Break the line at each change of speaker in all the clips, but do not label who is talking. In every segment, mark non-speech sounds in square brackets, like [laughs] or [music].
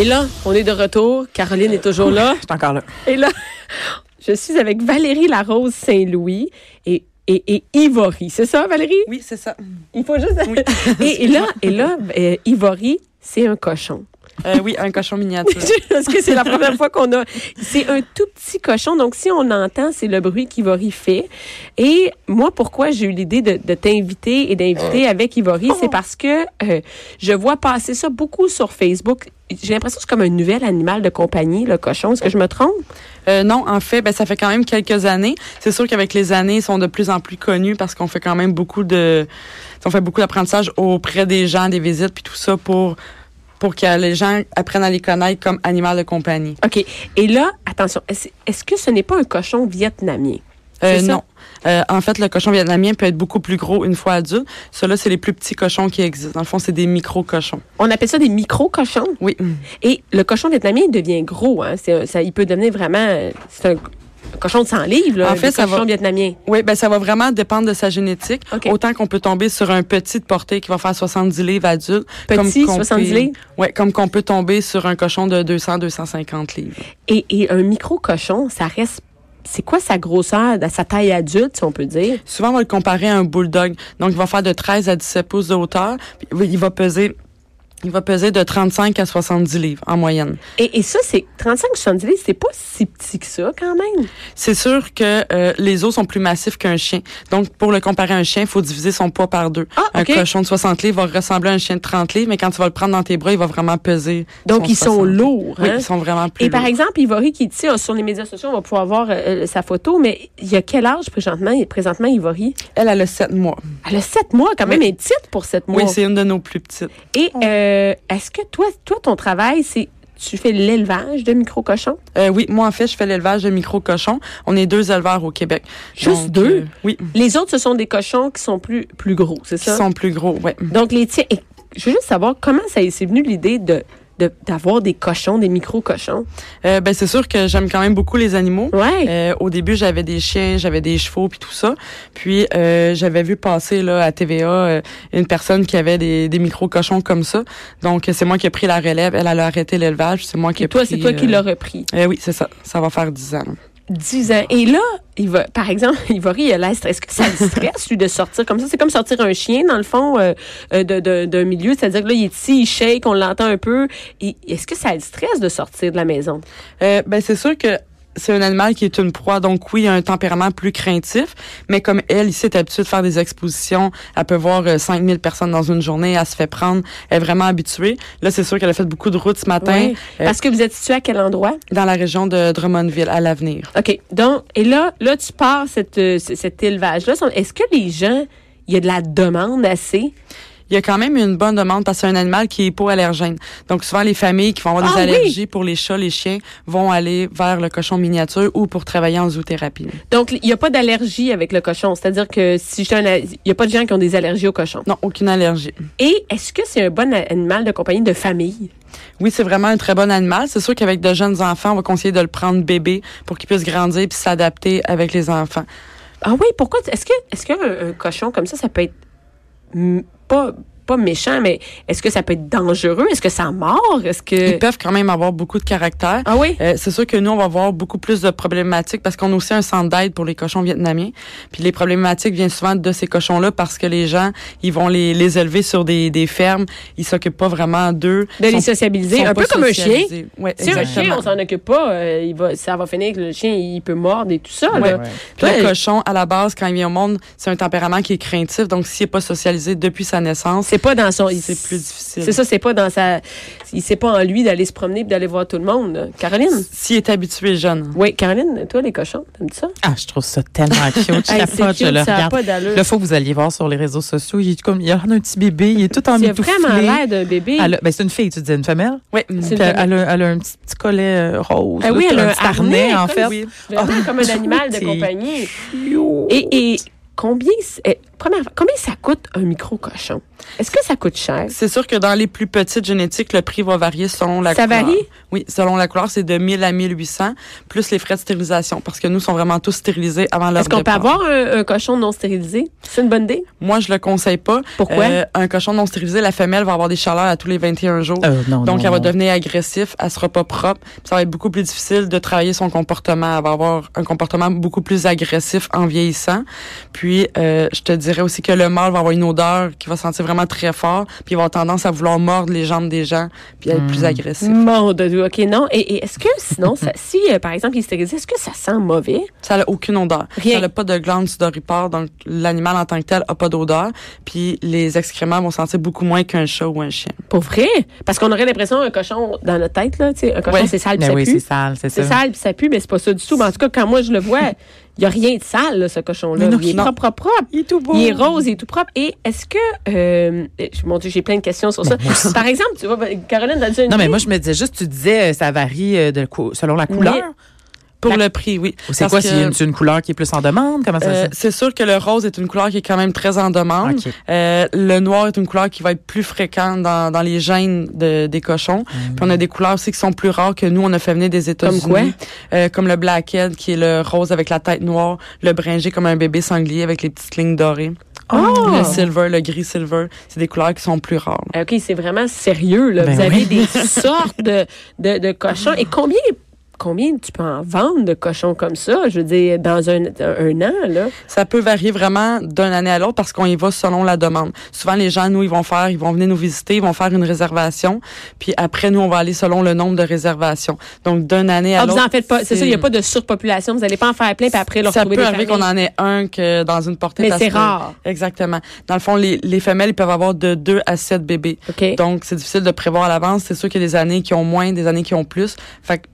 Et là, on est de retour. Caroline est toujours là.
Je suis encore là.
Et là, je suis avec Valérie Larose Saint-Louis et, et, et Ivory. C'est ça, Valérie?
Oui, c'est ça.
Il faut juste. [laughs] et, et là, et là euh, Ivory, c'est un cochon.
Euh, oui, un cochon miniature.
[laughs] Parce que c'est la première fois qu'on a. C'est un tout petit cochon. Donc, si on entend, c'est le bruit qu'Ivory fait. Et moi, pourquoi j'ai eu l'idée de, de t'inviter et d'inviter avec Ivory, c'est parce que euh, je vois passer ça beaucoup sur Facebook. J'ai l'impression que c'est comme un nouvel animal de compagnie, le cochon. Est-ce que je me trompe?
Euh, non, en fait, ben, ça fait quand même quelques années. C'est sûr qu'avec les années, ils sont de plus en plus connus parce qu'on fait quand même beaucoup de, on fait beaucoup d'apprentissage auprès des gens, des visites, puis tout ça pour pour que les gens apprennent à les connaître comme animal de compagnie.
OK. Et là, attention, est-ce est-ce que ce n'est pas un cochon vietnamien?
Euh,
C'est ça?
non. Euh, en fait, le cochon vietnamien peut être beaucoup plus gros une fois adulte. Ceux-là, c'est les plus petits cochons qui existent. Dans le fond, c'est des micro-cochons.
On appelle ça des micro-cochons.
Oui.
Et le cochon vietnamien il devient gros. Hein? C'est un- ça, il peut devenir vraiment. euh, C'est un cochon de 100 livres, là,
En
le
fait, ça
cochon
va-
vietnamien.
Oui, ben ça va vraiment dépendre de sa génétique.
OK.
Autant qu'on peut tomber sur un petit de portée qui va faire 70 livres adulte.
Petit,
qu'on
70
peut-
livres?
Ouais, comme qu'on peut tomber sur un cochon de 200-250 livres.
Et, et un micro-cochon, ça reste. C'est quoi sa grosseur, sa taille adulte, si on peut dire?
Souvent, on va le comparer à un bulldog. Donc, il va faire de 13 à 17 pouces de hauteur. Puis, il va peser... Il va peser de 35 à 70 livres en moyenne.
Et, et ça, c'est 35 70 livres, c'est pas si petit que ça, quand même.
C'est sûr que euh, les os sont plus massifs qu'un chien. Donc, pour le comparer à un chien, il faut diviser son poids par deux.
Ah, OK.
Un cochon de 60 livres va ressembler à un chien de 30 livres, mais quand tu vas le prendre dans tes bras, il va vraiment peser.
Donc,
son
ils sont
60.
lourds.
Oui,
hein?
ils sont vraiment plus
Et par
lourds.
exemple, Ivory qui dit, sur les médias sociaux, on va pouvoir voir euh, sa photo, mais il y a quel âge présentement, présentement Ivory?
Elle, elle a 7 mois.
Elle a 7 mois, quand même, elle est petite pour 7 mois.
Oui, c'est une de nos plus petites.
Et euh, est-ce que toi, toi, ton travail, c'est tu fais l'élevage de micro-cochons?
Euh, oui, moi, en fait, je fais l'élevage de micro-cochons. On est deux éleveurs au Québec.
Juste
Donc,
deux?
euh, oui,
Les autres, ce sont des cochons qui sont plus, plus gros, c'est
qui
ça?
sont plus gros, ouais.
Donc, les tiens. Et je veux juste savoir comment ça c'est venu l'idée de de- d'avoir des cochons, des micro-cochons.
Euh, ben, c'est sûr que j'aime quand même beaucoup les animaux.
Ouais.
Euh, au début, j'avais des chiens, j'avais des chevaux, puis tout ça. Puis euh, j'avais vu passer là à TVA euh, une personne qui avait des, des micro cochons comme ça. Donc euh, c'est moi qui ai pris la relève. Elle, elle a arrêté l'élevage. C'est moi qui
Et
ai
toi,
pris,
c'est toi qui
euh,
l'as repris.
euh, oui, c'est ça. Ça va faire 10 ans. là.
10 ans. Et là, il va, par exemple, [laughs] Ivory, il a l'air stressé. Est-ce que ça le stresse, lui, de sortir comme ça? C'est comme sortir un chien, dans le fond, euh, euh, de- de- d'un milieu. C'est-à-dire que là, il est ici, il shake, on l'entend un peu. Et Est-ce que ça le stresse de sortir de la maison?
Euh, ben c'est sûr que c'est un animal qui est une proie, donc oui, il a un tempérament plus craintif, mais comme elle, ici, est habituée de faire des expositions, elle peut voir euh, 5000 personnes dans une journée, elle se fait prendre, elle est vraiment habituée. Là, c'est sûr qu'elle a fait beaucoup de routes ce matin
Ouais.
euh,
Hein? Parce que vous êtes situé à quel endroit?
dans la région de Drummondville, à l'avenir.
OK. Donc, et là, là, tu pars cette, euh, c- cet élevage-là. Sont- Est-ce que les gens, il y a de la demande assez?
il y a quand même une bonne demande parce que c'est un animal qui est hypoallergène. Donc souvent les familles qui vont avoir des
Ah oui!
allergies pour les chats, les chiens vont aller vers le cochon miniature ou pour travailler en zoothérapie.
Donc, il n'y a pas d'allergie avec le cochon. C'est-à-dire que si j'ai un, a- il n'y a pas de gens qui ont des allergies au cochon.
Non, aucune allergie.
Et est-ce que c'est un bon a- animal de compagnie de famille?
Oui, c'est vraiment un très bon animal. C'est sûr qu'avec de jeunes enfants, on va conseiller de le prendre bébé pour qu'il puisse grandir puis s'adapter avec les enfants.
Ah oui, pourquoi? Est-ce que est-ce qu'un un cochon comme ça, ça peut être mm, pas pas méchant, mais est-ce que ça peut être dangereux? Est-ce que ça mord? Est-ce que
Ils peuvent quand même avoir beaucoup de caractère.
ah oui?
Euh, c'est sûr que nous, on va avoir beaucoup plus de problématiques parce qu'on a aussi un centre d'aide pour les cochons vietnamiens. Puis les problématiques viennent souvent de ces cochons-là parce que les gens, ils vont les, les élever sur des, des fermes. Ils s'occupent pas vraiment d'eux.
De les
Sont-
sociabiliser,
sont
un
pas
peu comme un chien.
socialisés. Ouais,
Si un
exactement.
chien, on s'en occupe pas, euh, il va, ça va finir que le chien, il peut mordre et tout ça.
Ouais.
Ah, là.
Puis
Ouais.
le cochon, à la base, quand il vient au monde, c'est un tempérament qui est craintif. Donc, s'il est pas socialisé depuis sa naissance,
C'est c'est pas dans son.
C'est plus difficile.
C'est ça, c'est pas dans sa. Il sait pas en lui d'aller se promener et d'aller voir tout le monde. Caroline?
S'il est habitué jeune.
Oui, Caroline, toi, les cochons, t'aimes ça?
Ah, je trouve ça tellement cute. Je
[laughs] Hey,
capote,
c'est
je le
cute, ça a
regarde.
pas d'allure.
Là, faut que vous alliez voir sur les réseaux sociaux. Il, est comme, il a un petit bébé, il est tout en
Il a
mitouflé.
vraiment l'air d'un bébé.
Elle a- ben, c'est une fille, tu disais, une femelle?
Oui.
C'est
Puis
une
elle,
femelle.
elle a, elle a un petit, petit collet euh, rose.
Ah
là,
oui,
puis
elle a un
petit harnais,
harnais,
en
comme
fait.
oui. Vraiment
Oh,
comme un animal de
c'est
compagnie.
Cute.
Et, et combien, c- eh, première, combien ça coûte un micro-cochon? Est-ce que ça coûte cher?
C'est sûr que dans les plus petites génétiques, le prix va varier selon la
Ça
couleur.
varie?
Oui, selon la couleur, c'est de 1000 à 1800, plus les frais de stérilisation, parce que nous sont vraiment tous stérilisés avant leur
Est-ce qu'on peut
départ.
avoir un, un cochon non stérilisé? C'est une bonne idée?
Moi, je le conseille pas.
Pourquoi?
Euh, un cochon non stérilisé, la femelle va avoir des chaleurs à tous les 21 jours.
Euh, non,
Donc,
non,
elle va
non.
devenir agressive, elle sera pas propre, puis ça va être beaucoup plus difficile de travailler son comportement. Elle va avoir un comportement beaucoup plus agressif en vieillissant. Puis, euh, je te dirais aussi que le mâle va avoir une odeur qui va sentir vraiment très fort, puis il va avoir tendance à vouloir mordre les jambes des gens, puis être
Hmm.
plus agressif.
Mon de Dieu, OK, non. Et, et est-ce que sinon, ça, si euh, par exemple il est stérilisé, est-ce que ça sent mauvais?
Ça n'a aucune odeur.
Rien.
Ça n'a pas de glande sudoripare, donc l'animal en tant que tel a pas d'odeur. Puis les excréments vont sentir beaucoup moins qu'un chat ou un chien.
Pour vrai? Parce qu'on aurait l'impression un cochon dans notre tête, là, tu sais, un cochon
Ouais.
c'est sale puis
Ben
ça
oui,
pue.
c'est sale, c'est
C'est
ça.
sale puis ça pue, mais c'est pas ça du tout. Mais en tout cas, quand moi je le vois, il y a rien de sale, là, ce cochon-là.
Mais non,
Il est
non.
propre, propre, propre.
Il est tout beau.
Il est rose, il est tout propre. Et est-ce que. Euh, mon Dieu, j'ai plein de questions sur ça. Par exemple, tu vois, ben, Caroline a dit une
Non, mais
idée.
moi, je me disais juste, tu disais, euh, ça varie euh, de cou- selon la couleur.
Pour
La-
le prix, oui.
Ou c'est
Parce
quoi,
que,
s'il y a une, c'est une couleur qui est plus en demande? Comment ça
euh,
se-
c'est sûr que le rose est une couleur qui est quand même très en demande.
Ok.
Euh, le noir est une couleur qui va être plus fréquente dans, dans les gènes de- des cochons. Puis on a des couleurs aussi qui sont plus rares que nous, on a fait venir des États-Unis.
quoi?
Euh, comme le blackhead qui est le rose avec la tête noire, le bringé comme un bébé sanglier avec les petites lignes dorées.
Oh!
Le silver, le gris silver, c'est des couleurs qui sont plus rares.
Ah, OK, c'est vraiment sérieux. Là.
Ben
Vous
oui.
avez
[laughs]
des sortes de, de, de cochons. Et combien, combien tu peux en vendre de cochons comme ça? Je veux dire, dans un, un an, là.
Ça peut varier vraiment d'une année à l'autre parce qu'on y va selon la demande. Souvent, les gens, nous, ils vont faire, ils vont venir nous visiter, ils vont faire une réservation, puis après, nous, on va aller selon le nombre de réservations. Donc, d'une année à
Ah, vous
l'autre.
en faites pas. C'est ça, il n'y a pas de surpopulation. Vous n'allez pas en faire plein, puis après, leur
ça
trouver
peut
des
arriver qu'on
familles.
en ait un que dans une portée.
Mais
parce
c'est
que-
rare.
Exactement. Dans le fond, les, les femelles, ils peuvent avoir de 2 à 7 bébés.
OK.
Donc, c'est difficile de prévoir à l'avance. C'est sûr qu'il y a des années qui ont moins, des années qui ont plus. Fait que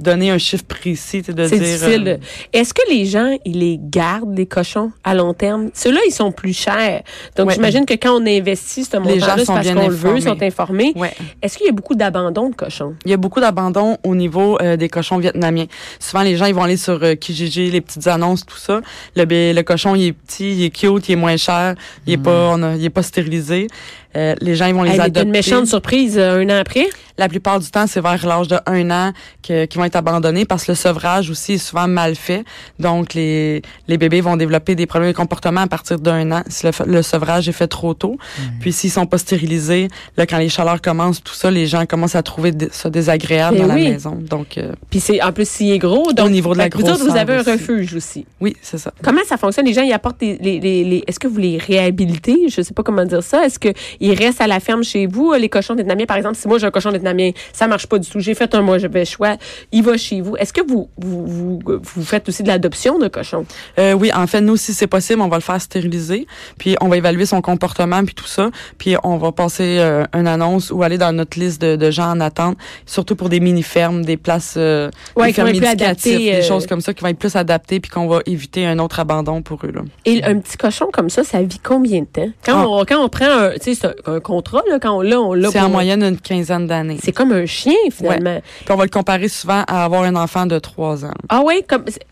donner un chiffre précis, c'est de
C'est
dire...
difficile.
euh,
de- Est-ce que les gens, ils les gardent, les cochons, à long terme? Ceux-là, ils sont plus chers. Donc,
Ouais.
j'imagine que quand on investit ce montant-là,
gens
c'est
sont
parce
bien
qu'on le veut, ils sont
informés.
informés.
Ouais.
Est-ce qu'il y a beaucoup d'abandon de cochons?
Il y a beaucoup d'abandon au niveau euh, des cochons vietnamiens. Souvent, les gens, ils vont aller sur euh, Kijiji, les petites annonces, tout ça. Le, bé- le cochon, il est petit, il est cute, il est moins cher, il est pas, on a- il est pas stérilisé. Euh, les gens, ils vont les
Mm. Hey, mais t'as
adopter.
une méchante surprise euh, un an après?
La plupart du temps, c'est vers l'âge de un an que, qu'ils vont être abandonnés parce que le sevrage aussi est souvent mal fait. Donc, les, les bébés vont développer des problèmes de comportement à partir d'un an si le, f- le sevrage est fait trop tôt. Puis, s'ils sont pas stérilisés, là, quand les chaleurs commencent, tout ça, les gens commencent à trouver d- ça désagréable
Mais
dans
oui.
la maison. Donc, euh,
Puis c'est en plus s'il est gros, donc
Au niveau de la
Fait que vous autres, vous
grosseur
avez un
aussi.
refuge aussi.
oui, c'est ça.
Comment ça fonctionne Les gens ils apportent des- les, les, les- est-ce que vous les réhabilitez Je sais pas comment dire ça. Est-ce que ils restent à la ferme chez vous les cochons vietnamiens par exemple Si moi j'ai un cochon vietnamien, ça marche pas du tout. J'ai fait un mois, j'avais le choix. Il va chez vous. Est-ce que vous vous, vous vous faites aussi de l'adoption de cochons
Euh, oui, en fait, nous, si c'est possible, on va le faire stériliser, puis on va évaluer son comportement, puis tout ça, puis on va passer euh, une annonce ou aller dans notre liste de, de gens en attente, surtout pour des mini-fermes, des places, euh,
Ouais,
des
qui vont
fermes
être plus
éducatives,
adaptées, euh,
des choses comme ça qui vont être plus adaptées, puis qu'on va éviter un autre abandon pour eux. Là.
Et un petit cochon comme ça, ça vit combien de temps Quand
Ah.
on quand on prend un, tu sais, c'est un, un contrat là, quand on l'a, on l'a.
C'est
pour-
en moyenne une quinzaine d'années.
C'est comme un chien finalement.
Puis on va le comparer souvent à avoir un enfant de trois ans.
Ah ouais, comme c'est-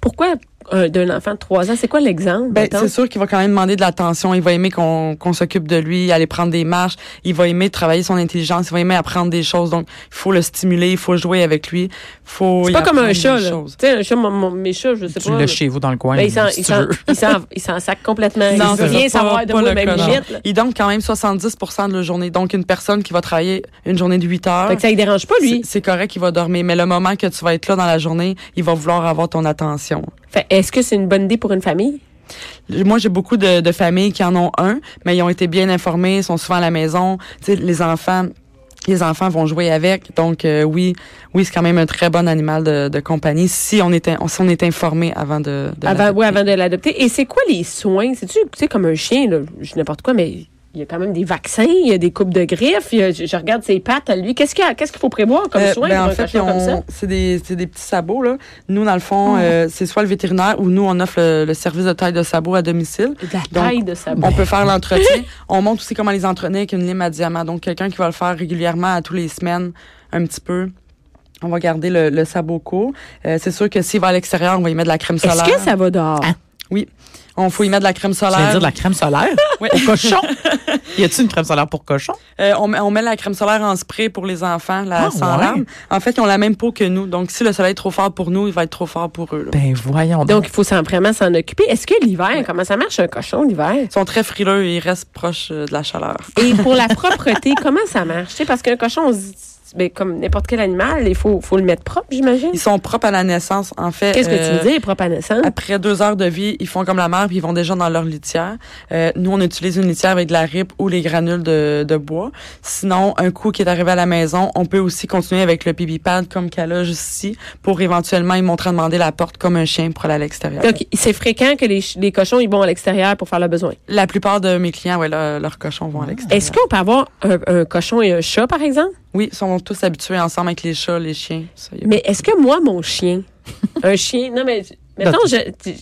pourquoi euh, d'un enfant de 3 ans, c'est quoi l'exemple
Ben,
mettons?
c'est sûr qu'il va quand même demander de l'attention. Il va aimer qu'on qu'on s'occupe de lui, aller prendre des marches. Il va aimer travailler son intelligence. Il va aimer apprendre des choses. Donc, il faut le stimuler, il faut jouer avec lui. Faut
C'est
y
pas comme un
apprendre
chat,
des
là. Tu
choses.
sais, un chat, mon- mon- mes chats, je sais
Tu
pas.
l'as
là.
chez vous dans le coin,
Ben, ils s'en-
si
ils
tu
s'en-
veux.
ils s'en- ils s'en sacent complètement. Ils
Non,
veulent
c'est
rien
ça.
savoir
Pas-
de
pas
moi,
le
même
cas, non.
limite. là.
Il donne quand même 70 de leur journée. Donc, une personne qui va travailler une journée de 8 heures.
Fait que ça ne dérange pas,
c'est-
lui.
C'est correct, il va dormir. Mais le moment que tu vas être là dans la journée, il va vouloir avoir ton attention.
Fait, Est-ce que c'est une bonne idée pour une famille?
Moi, j'ai beaucoup de, de familles qui en ont un, mais ils ont été bien informés, ils sont souvent à la maison. Tu sais, les enfants, les enfants vont jouer avec. Donc, euh, oui, oui, c'est quand même un très bon animal de, de compagnie si on est, in- si on est informé avant de. de
Avant,
l'adopter.
oui, avant de l'adopter. Et c'est quoi les soins? C'est-tu, tu sais, comme un chien, là, je dis n'importe quoi, mais il y a quand même des vaccins, il y a des coupes de griffes, il y a- je, je regarde ses pattes à lui. Qu'est-ce qu'il y a- qu'est-ce qu'il faut prévoir comme
Euh,
soin
ben,
pour
en
un
fait,
cochon
on-
comme ça? Ah.
c'est des, c'est des petits sabots. Là. Nous, dans le fond, euh, c'est soit le vétérinaire ou nous, on offre le, le service de taille de sabots à domicile.
La
donc,
taille de sa
On peut faire l'entretien. [laughs] on montre aussi comment les entretenir avec une lime à diamant. Donc, quelqu'un qui va le faire régulièrement à tous les semaines, un petit peu. On va garder le, le sabot court. Euh, c'est sûr que s'il va à l'extérieur, on va y mettre de la crème
Est-ce
solaire.
que ça va dehors?
Ah.
On faut y mettre de la crème
Ça veut
solaire.
dire de la crème [laughs] solaire
Oui.
pour cochon. y a-t-il une crème solaire pour cochon?
Euh, on, met- on met la crème solaire en spray pour les enfants, la
Ah,
sans
ouais.
larmes. En fait, ils ont la même peau que nous. Donc, si le soleil est trop fort pour nous, il va être trop fort pour eux. là.
Ben voyons donc.
Donc, il faut s'en- vraiment s'en occuper. Est-ce que l'hiver, comment ça marche un cochon l'hiver?
Ils sont très frileux et ils restent proches euh, de la chaleur.
Et pour la propreté, [laughs] comment ça marche? Tu sais, parce qu'un cochon, on se dit, ben, comme n'importe quel animal, il faut, faut le mettre propre, j'imagine.
Ils sont propres à la naissance, en fait.
Qu'est-ce que tu
euh,
veux dire, propre à naissance?
Après deux heures de vie, ils font comme la mère, puis ils vont déjà dans leur litière. Euh, nous, on utilise une litière avec de la ripe ou les granules de, de bois. Sinon, un coup qui est arrivé à la maison, on peut aussi continuer avec le pipi pad comme qu'elle a juste ici, pour éventuellement, ils montrent à demander la porte comme un chien pour aller à l'extérieur.
Donc, c'est fréquent que les, ch- les cochons, ils vont à l'extérieur pour faire leurs besoins.
La plupart de mes clients, ouais, leur- leurs cochons vont à l'extérieur.
Est-ce qu'on peut avoir un, un cochon et un chat, par exemple?
Oui, ils sont tous habitués ensemble avec les chats, les chiens. Ça, y a-
Mais est-ce que moi, mon
[laughs]
chien, un chien, non, mais, mettons, je, tu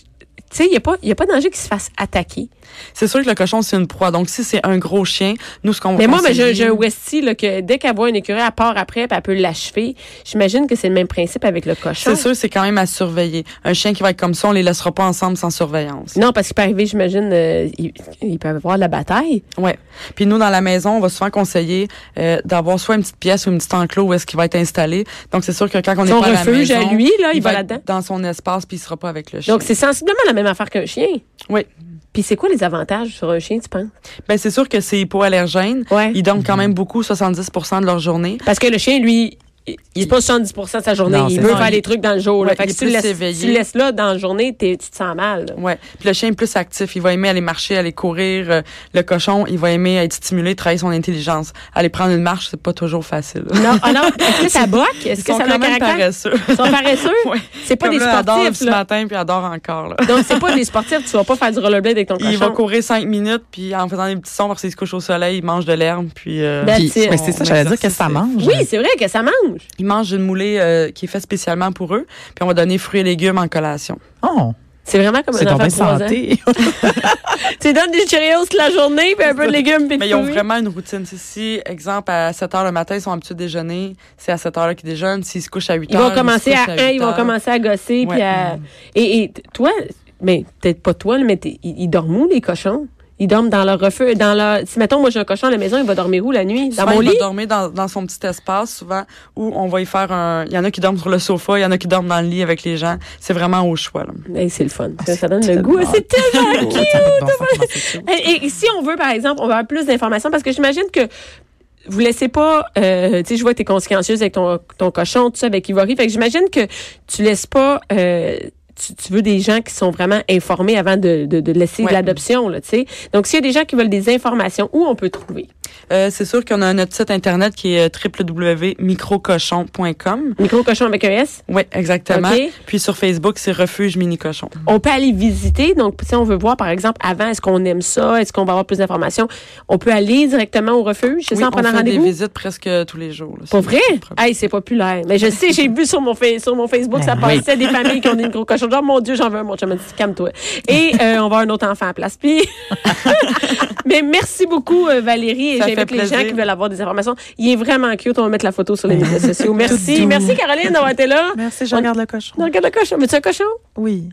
sais, il n'y a pas, il y a pas de danger qu'il se fasse attaquer.
C'est sûr que le cochon, c'est une proie. Donc, si c'est un gros chien, nous, ce qu'on va
Mais moi, ben, j'ai
conseiller-
j'ai un Westie, là, que dès qu'elle voit une écureuil, elle part après, puis elle peut l'achever. J'imagine que c'est le même principe avec le cochon.
C'est sûr, c'est quand même à surveiller. Un chien qui va être comme ça, on les laissera pas ensemble sans surveillance.
Non, parce qu'il peut arriver, j'imagine, euh, il, il peut avoir de la bataille.
Ouais. Puis nous, dans la maison, on va souvent conseiller euh, d'avoir soit une petite pièce ou une petite enclos où est-ce qu'il va être installé. Donc, c'est sûr que quand on est
Son
pas à la
refuge à
maison,
lui, là, il, va
être
là-dedans.
dans son espace puis il sera pas avec le chien.
Donc, c'est sensiblement la même affaire qu'un chien.
Oui.
Puis c'est quoi les avantages sur un chien, tu penses?
ben, c'est sûr que c'est hypoallergène.
Ouais.
Ils dorment quand même beaucoup, 70% de leur journée.
Parce que le chien, lui, il, il se pose 70 de sa journée.
Non,
il
c'est
veut
ça.
faire les trucs dans le jour. là.
Ouais,
fait que
il est
si tu le
plus
laisses,
éveillé.
tu le laisses là dans la journée, t'es- tu te sens mal. là.
Ouais. Puis le chien est plus actif, il va aimer aller marcher, aller courir. Euh, Le cochon, il va aimer être stimulé, travailler son intelligence. Aller prendre une marche, c'est pas toujours facile.
[laughs] Non, ah non, est-ce que ça boque? Est-ce
Ils
que
sont
ça a
quand
un
même
caractère?
paresseux.
Ils sont paresseux?
[laughs] Ouais.
C'est pas
Comme
des
là, elle dort
sportifs,
ce
là.
matin, puis elle dort encore. Là.
Donc, c'est pas des sportifs. Tu vas pas faire du rollerblade avec ton
[laughs] Il va
cochon.
courir cinq minutes, puis en faisant des petits sons parce qu'il se couche au soleil, il mange de l'herbe, puis euh,
Ben,
Puis-
That's it.
mais c'est ça,
On
j'allais dire
exerce
qu'est-ce que ça
ses-
mange.
Oui, c'est vrai que ça mange.
il mange une moulée euh, qui est faite spécialement pour eux, puis on va donner fruits et légumes en collation.
Ah,
Oh,
C'est vraiment comme
c'est
un
dans
enfant
la
de ben, trois ans.
santé.
Tu donnes des Cheerios toute la journée, puis un peu de légumes, puis de
Mais ils ont
fruits.
vraiment une routine. C'est si, exemple, à 7 heures le matin, ils sont habitués de déjeuner, c'est à 7 heures là qu'ils déjeunent. S'ils se couchent à 8
Ils
heures,
vont commencer
se
à
couchent
1, ils
8
vont
heures.
commencer à gosser, puis
Ouais.
à... Et, et t- toi, mais peut-être pas toi, là, mais t'es- ils ils dorment où, les cochons? Ils dorment dans leur refuge, dans leur... Si, mettons, moi, j'ai un cochon à la maison, il va dormir où la nuit? Dans
Souvent,
mon
il
lit?
va dormir dans, dans son petit espace, souvent, où on va y faire un... Il y en a qui dorment sur le sofa, il y en a qui dorment dans le lit avec les gens. C'est vraiment au choix, là.
Hey, c'est le fun.
Ah,
ça, ça
c'est
donne le goût.
tellement-
C'est tellement...
[laughs] Ça n'a pas de bon sens, comment c'est cute.
et, et si on veut, par exemple, on va avoir plus d'informations, parce que j'imagine que vous laissez pas... euh, tu sais, je vois que t'es consciencieuse avec ton, ton cochon, tout ça, avec Ivory. Fait que j'imagine que tu laisses pas... euh, tu, tu veux des gens qui sont vraiment informés avant de, de, de laisser de
Ouais.
l'adoption, là, tu sais. Donc, s'il y a des gens qui veulent des informations, où on peut trouver?
Euh, c'est sûr qu'on a notre site internet qui est euh, www.microcochon.com.
Micro-cochon avec un S?
Oui, exactement.
OK.
Puis sur Facebook, c'est Refuge Mini Cochon.
On peut aller visiter. Donc, si on veut voir, par exemple, avant, est-ce qu'on aime ça? Est-ce qu'on va avoir plus d'informations? On peut aller directement au refuge, c'est
Oui,
ça, en
on
prenant
fait des
rendez-vous?
visites presque tous les jours. là.
Pour
C'est
vrai?
notre propre-
Hey, c'est populaire. Mais je sais, j'ai vu sur mon, fa- sur mon Facebook, ça
Ben oui.
passait des familles qui ont des micro cochons. Genre, mon Dieu, j'en veux un, mon chum. Elle dit, Calme-toi. Et euh, on va avoir un autre enfant à la place. Puis... [laughs] Mais merci beaucoup, euh, Valérie. Et
Ça fait
j'invite les gens
plaisir.
qui veulent avoir des informations. Il est vraiment cute. On va mettre la photo sur les médias sociaux.
Tout
Merci.
doux.
Merci, Caroline, d'avoir été là.
Merci, je
On-
regarde le cochon.
Non, regarde le cochon. Mais tu un cochon?
Oui.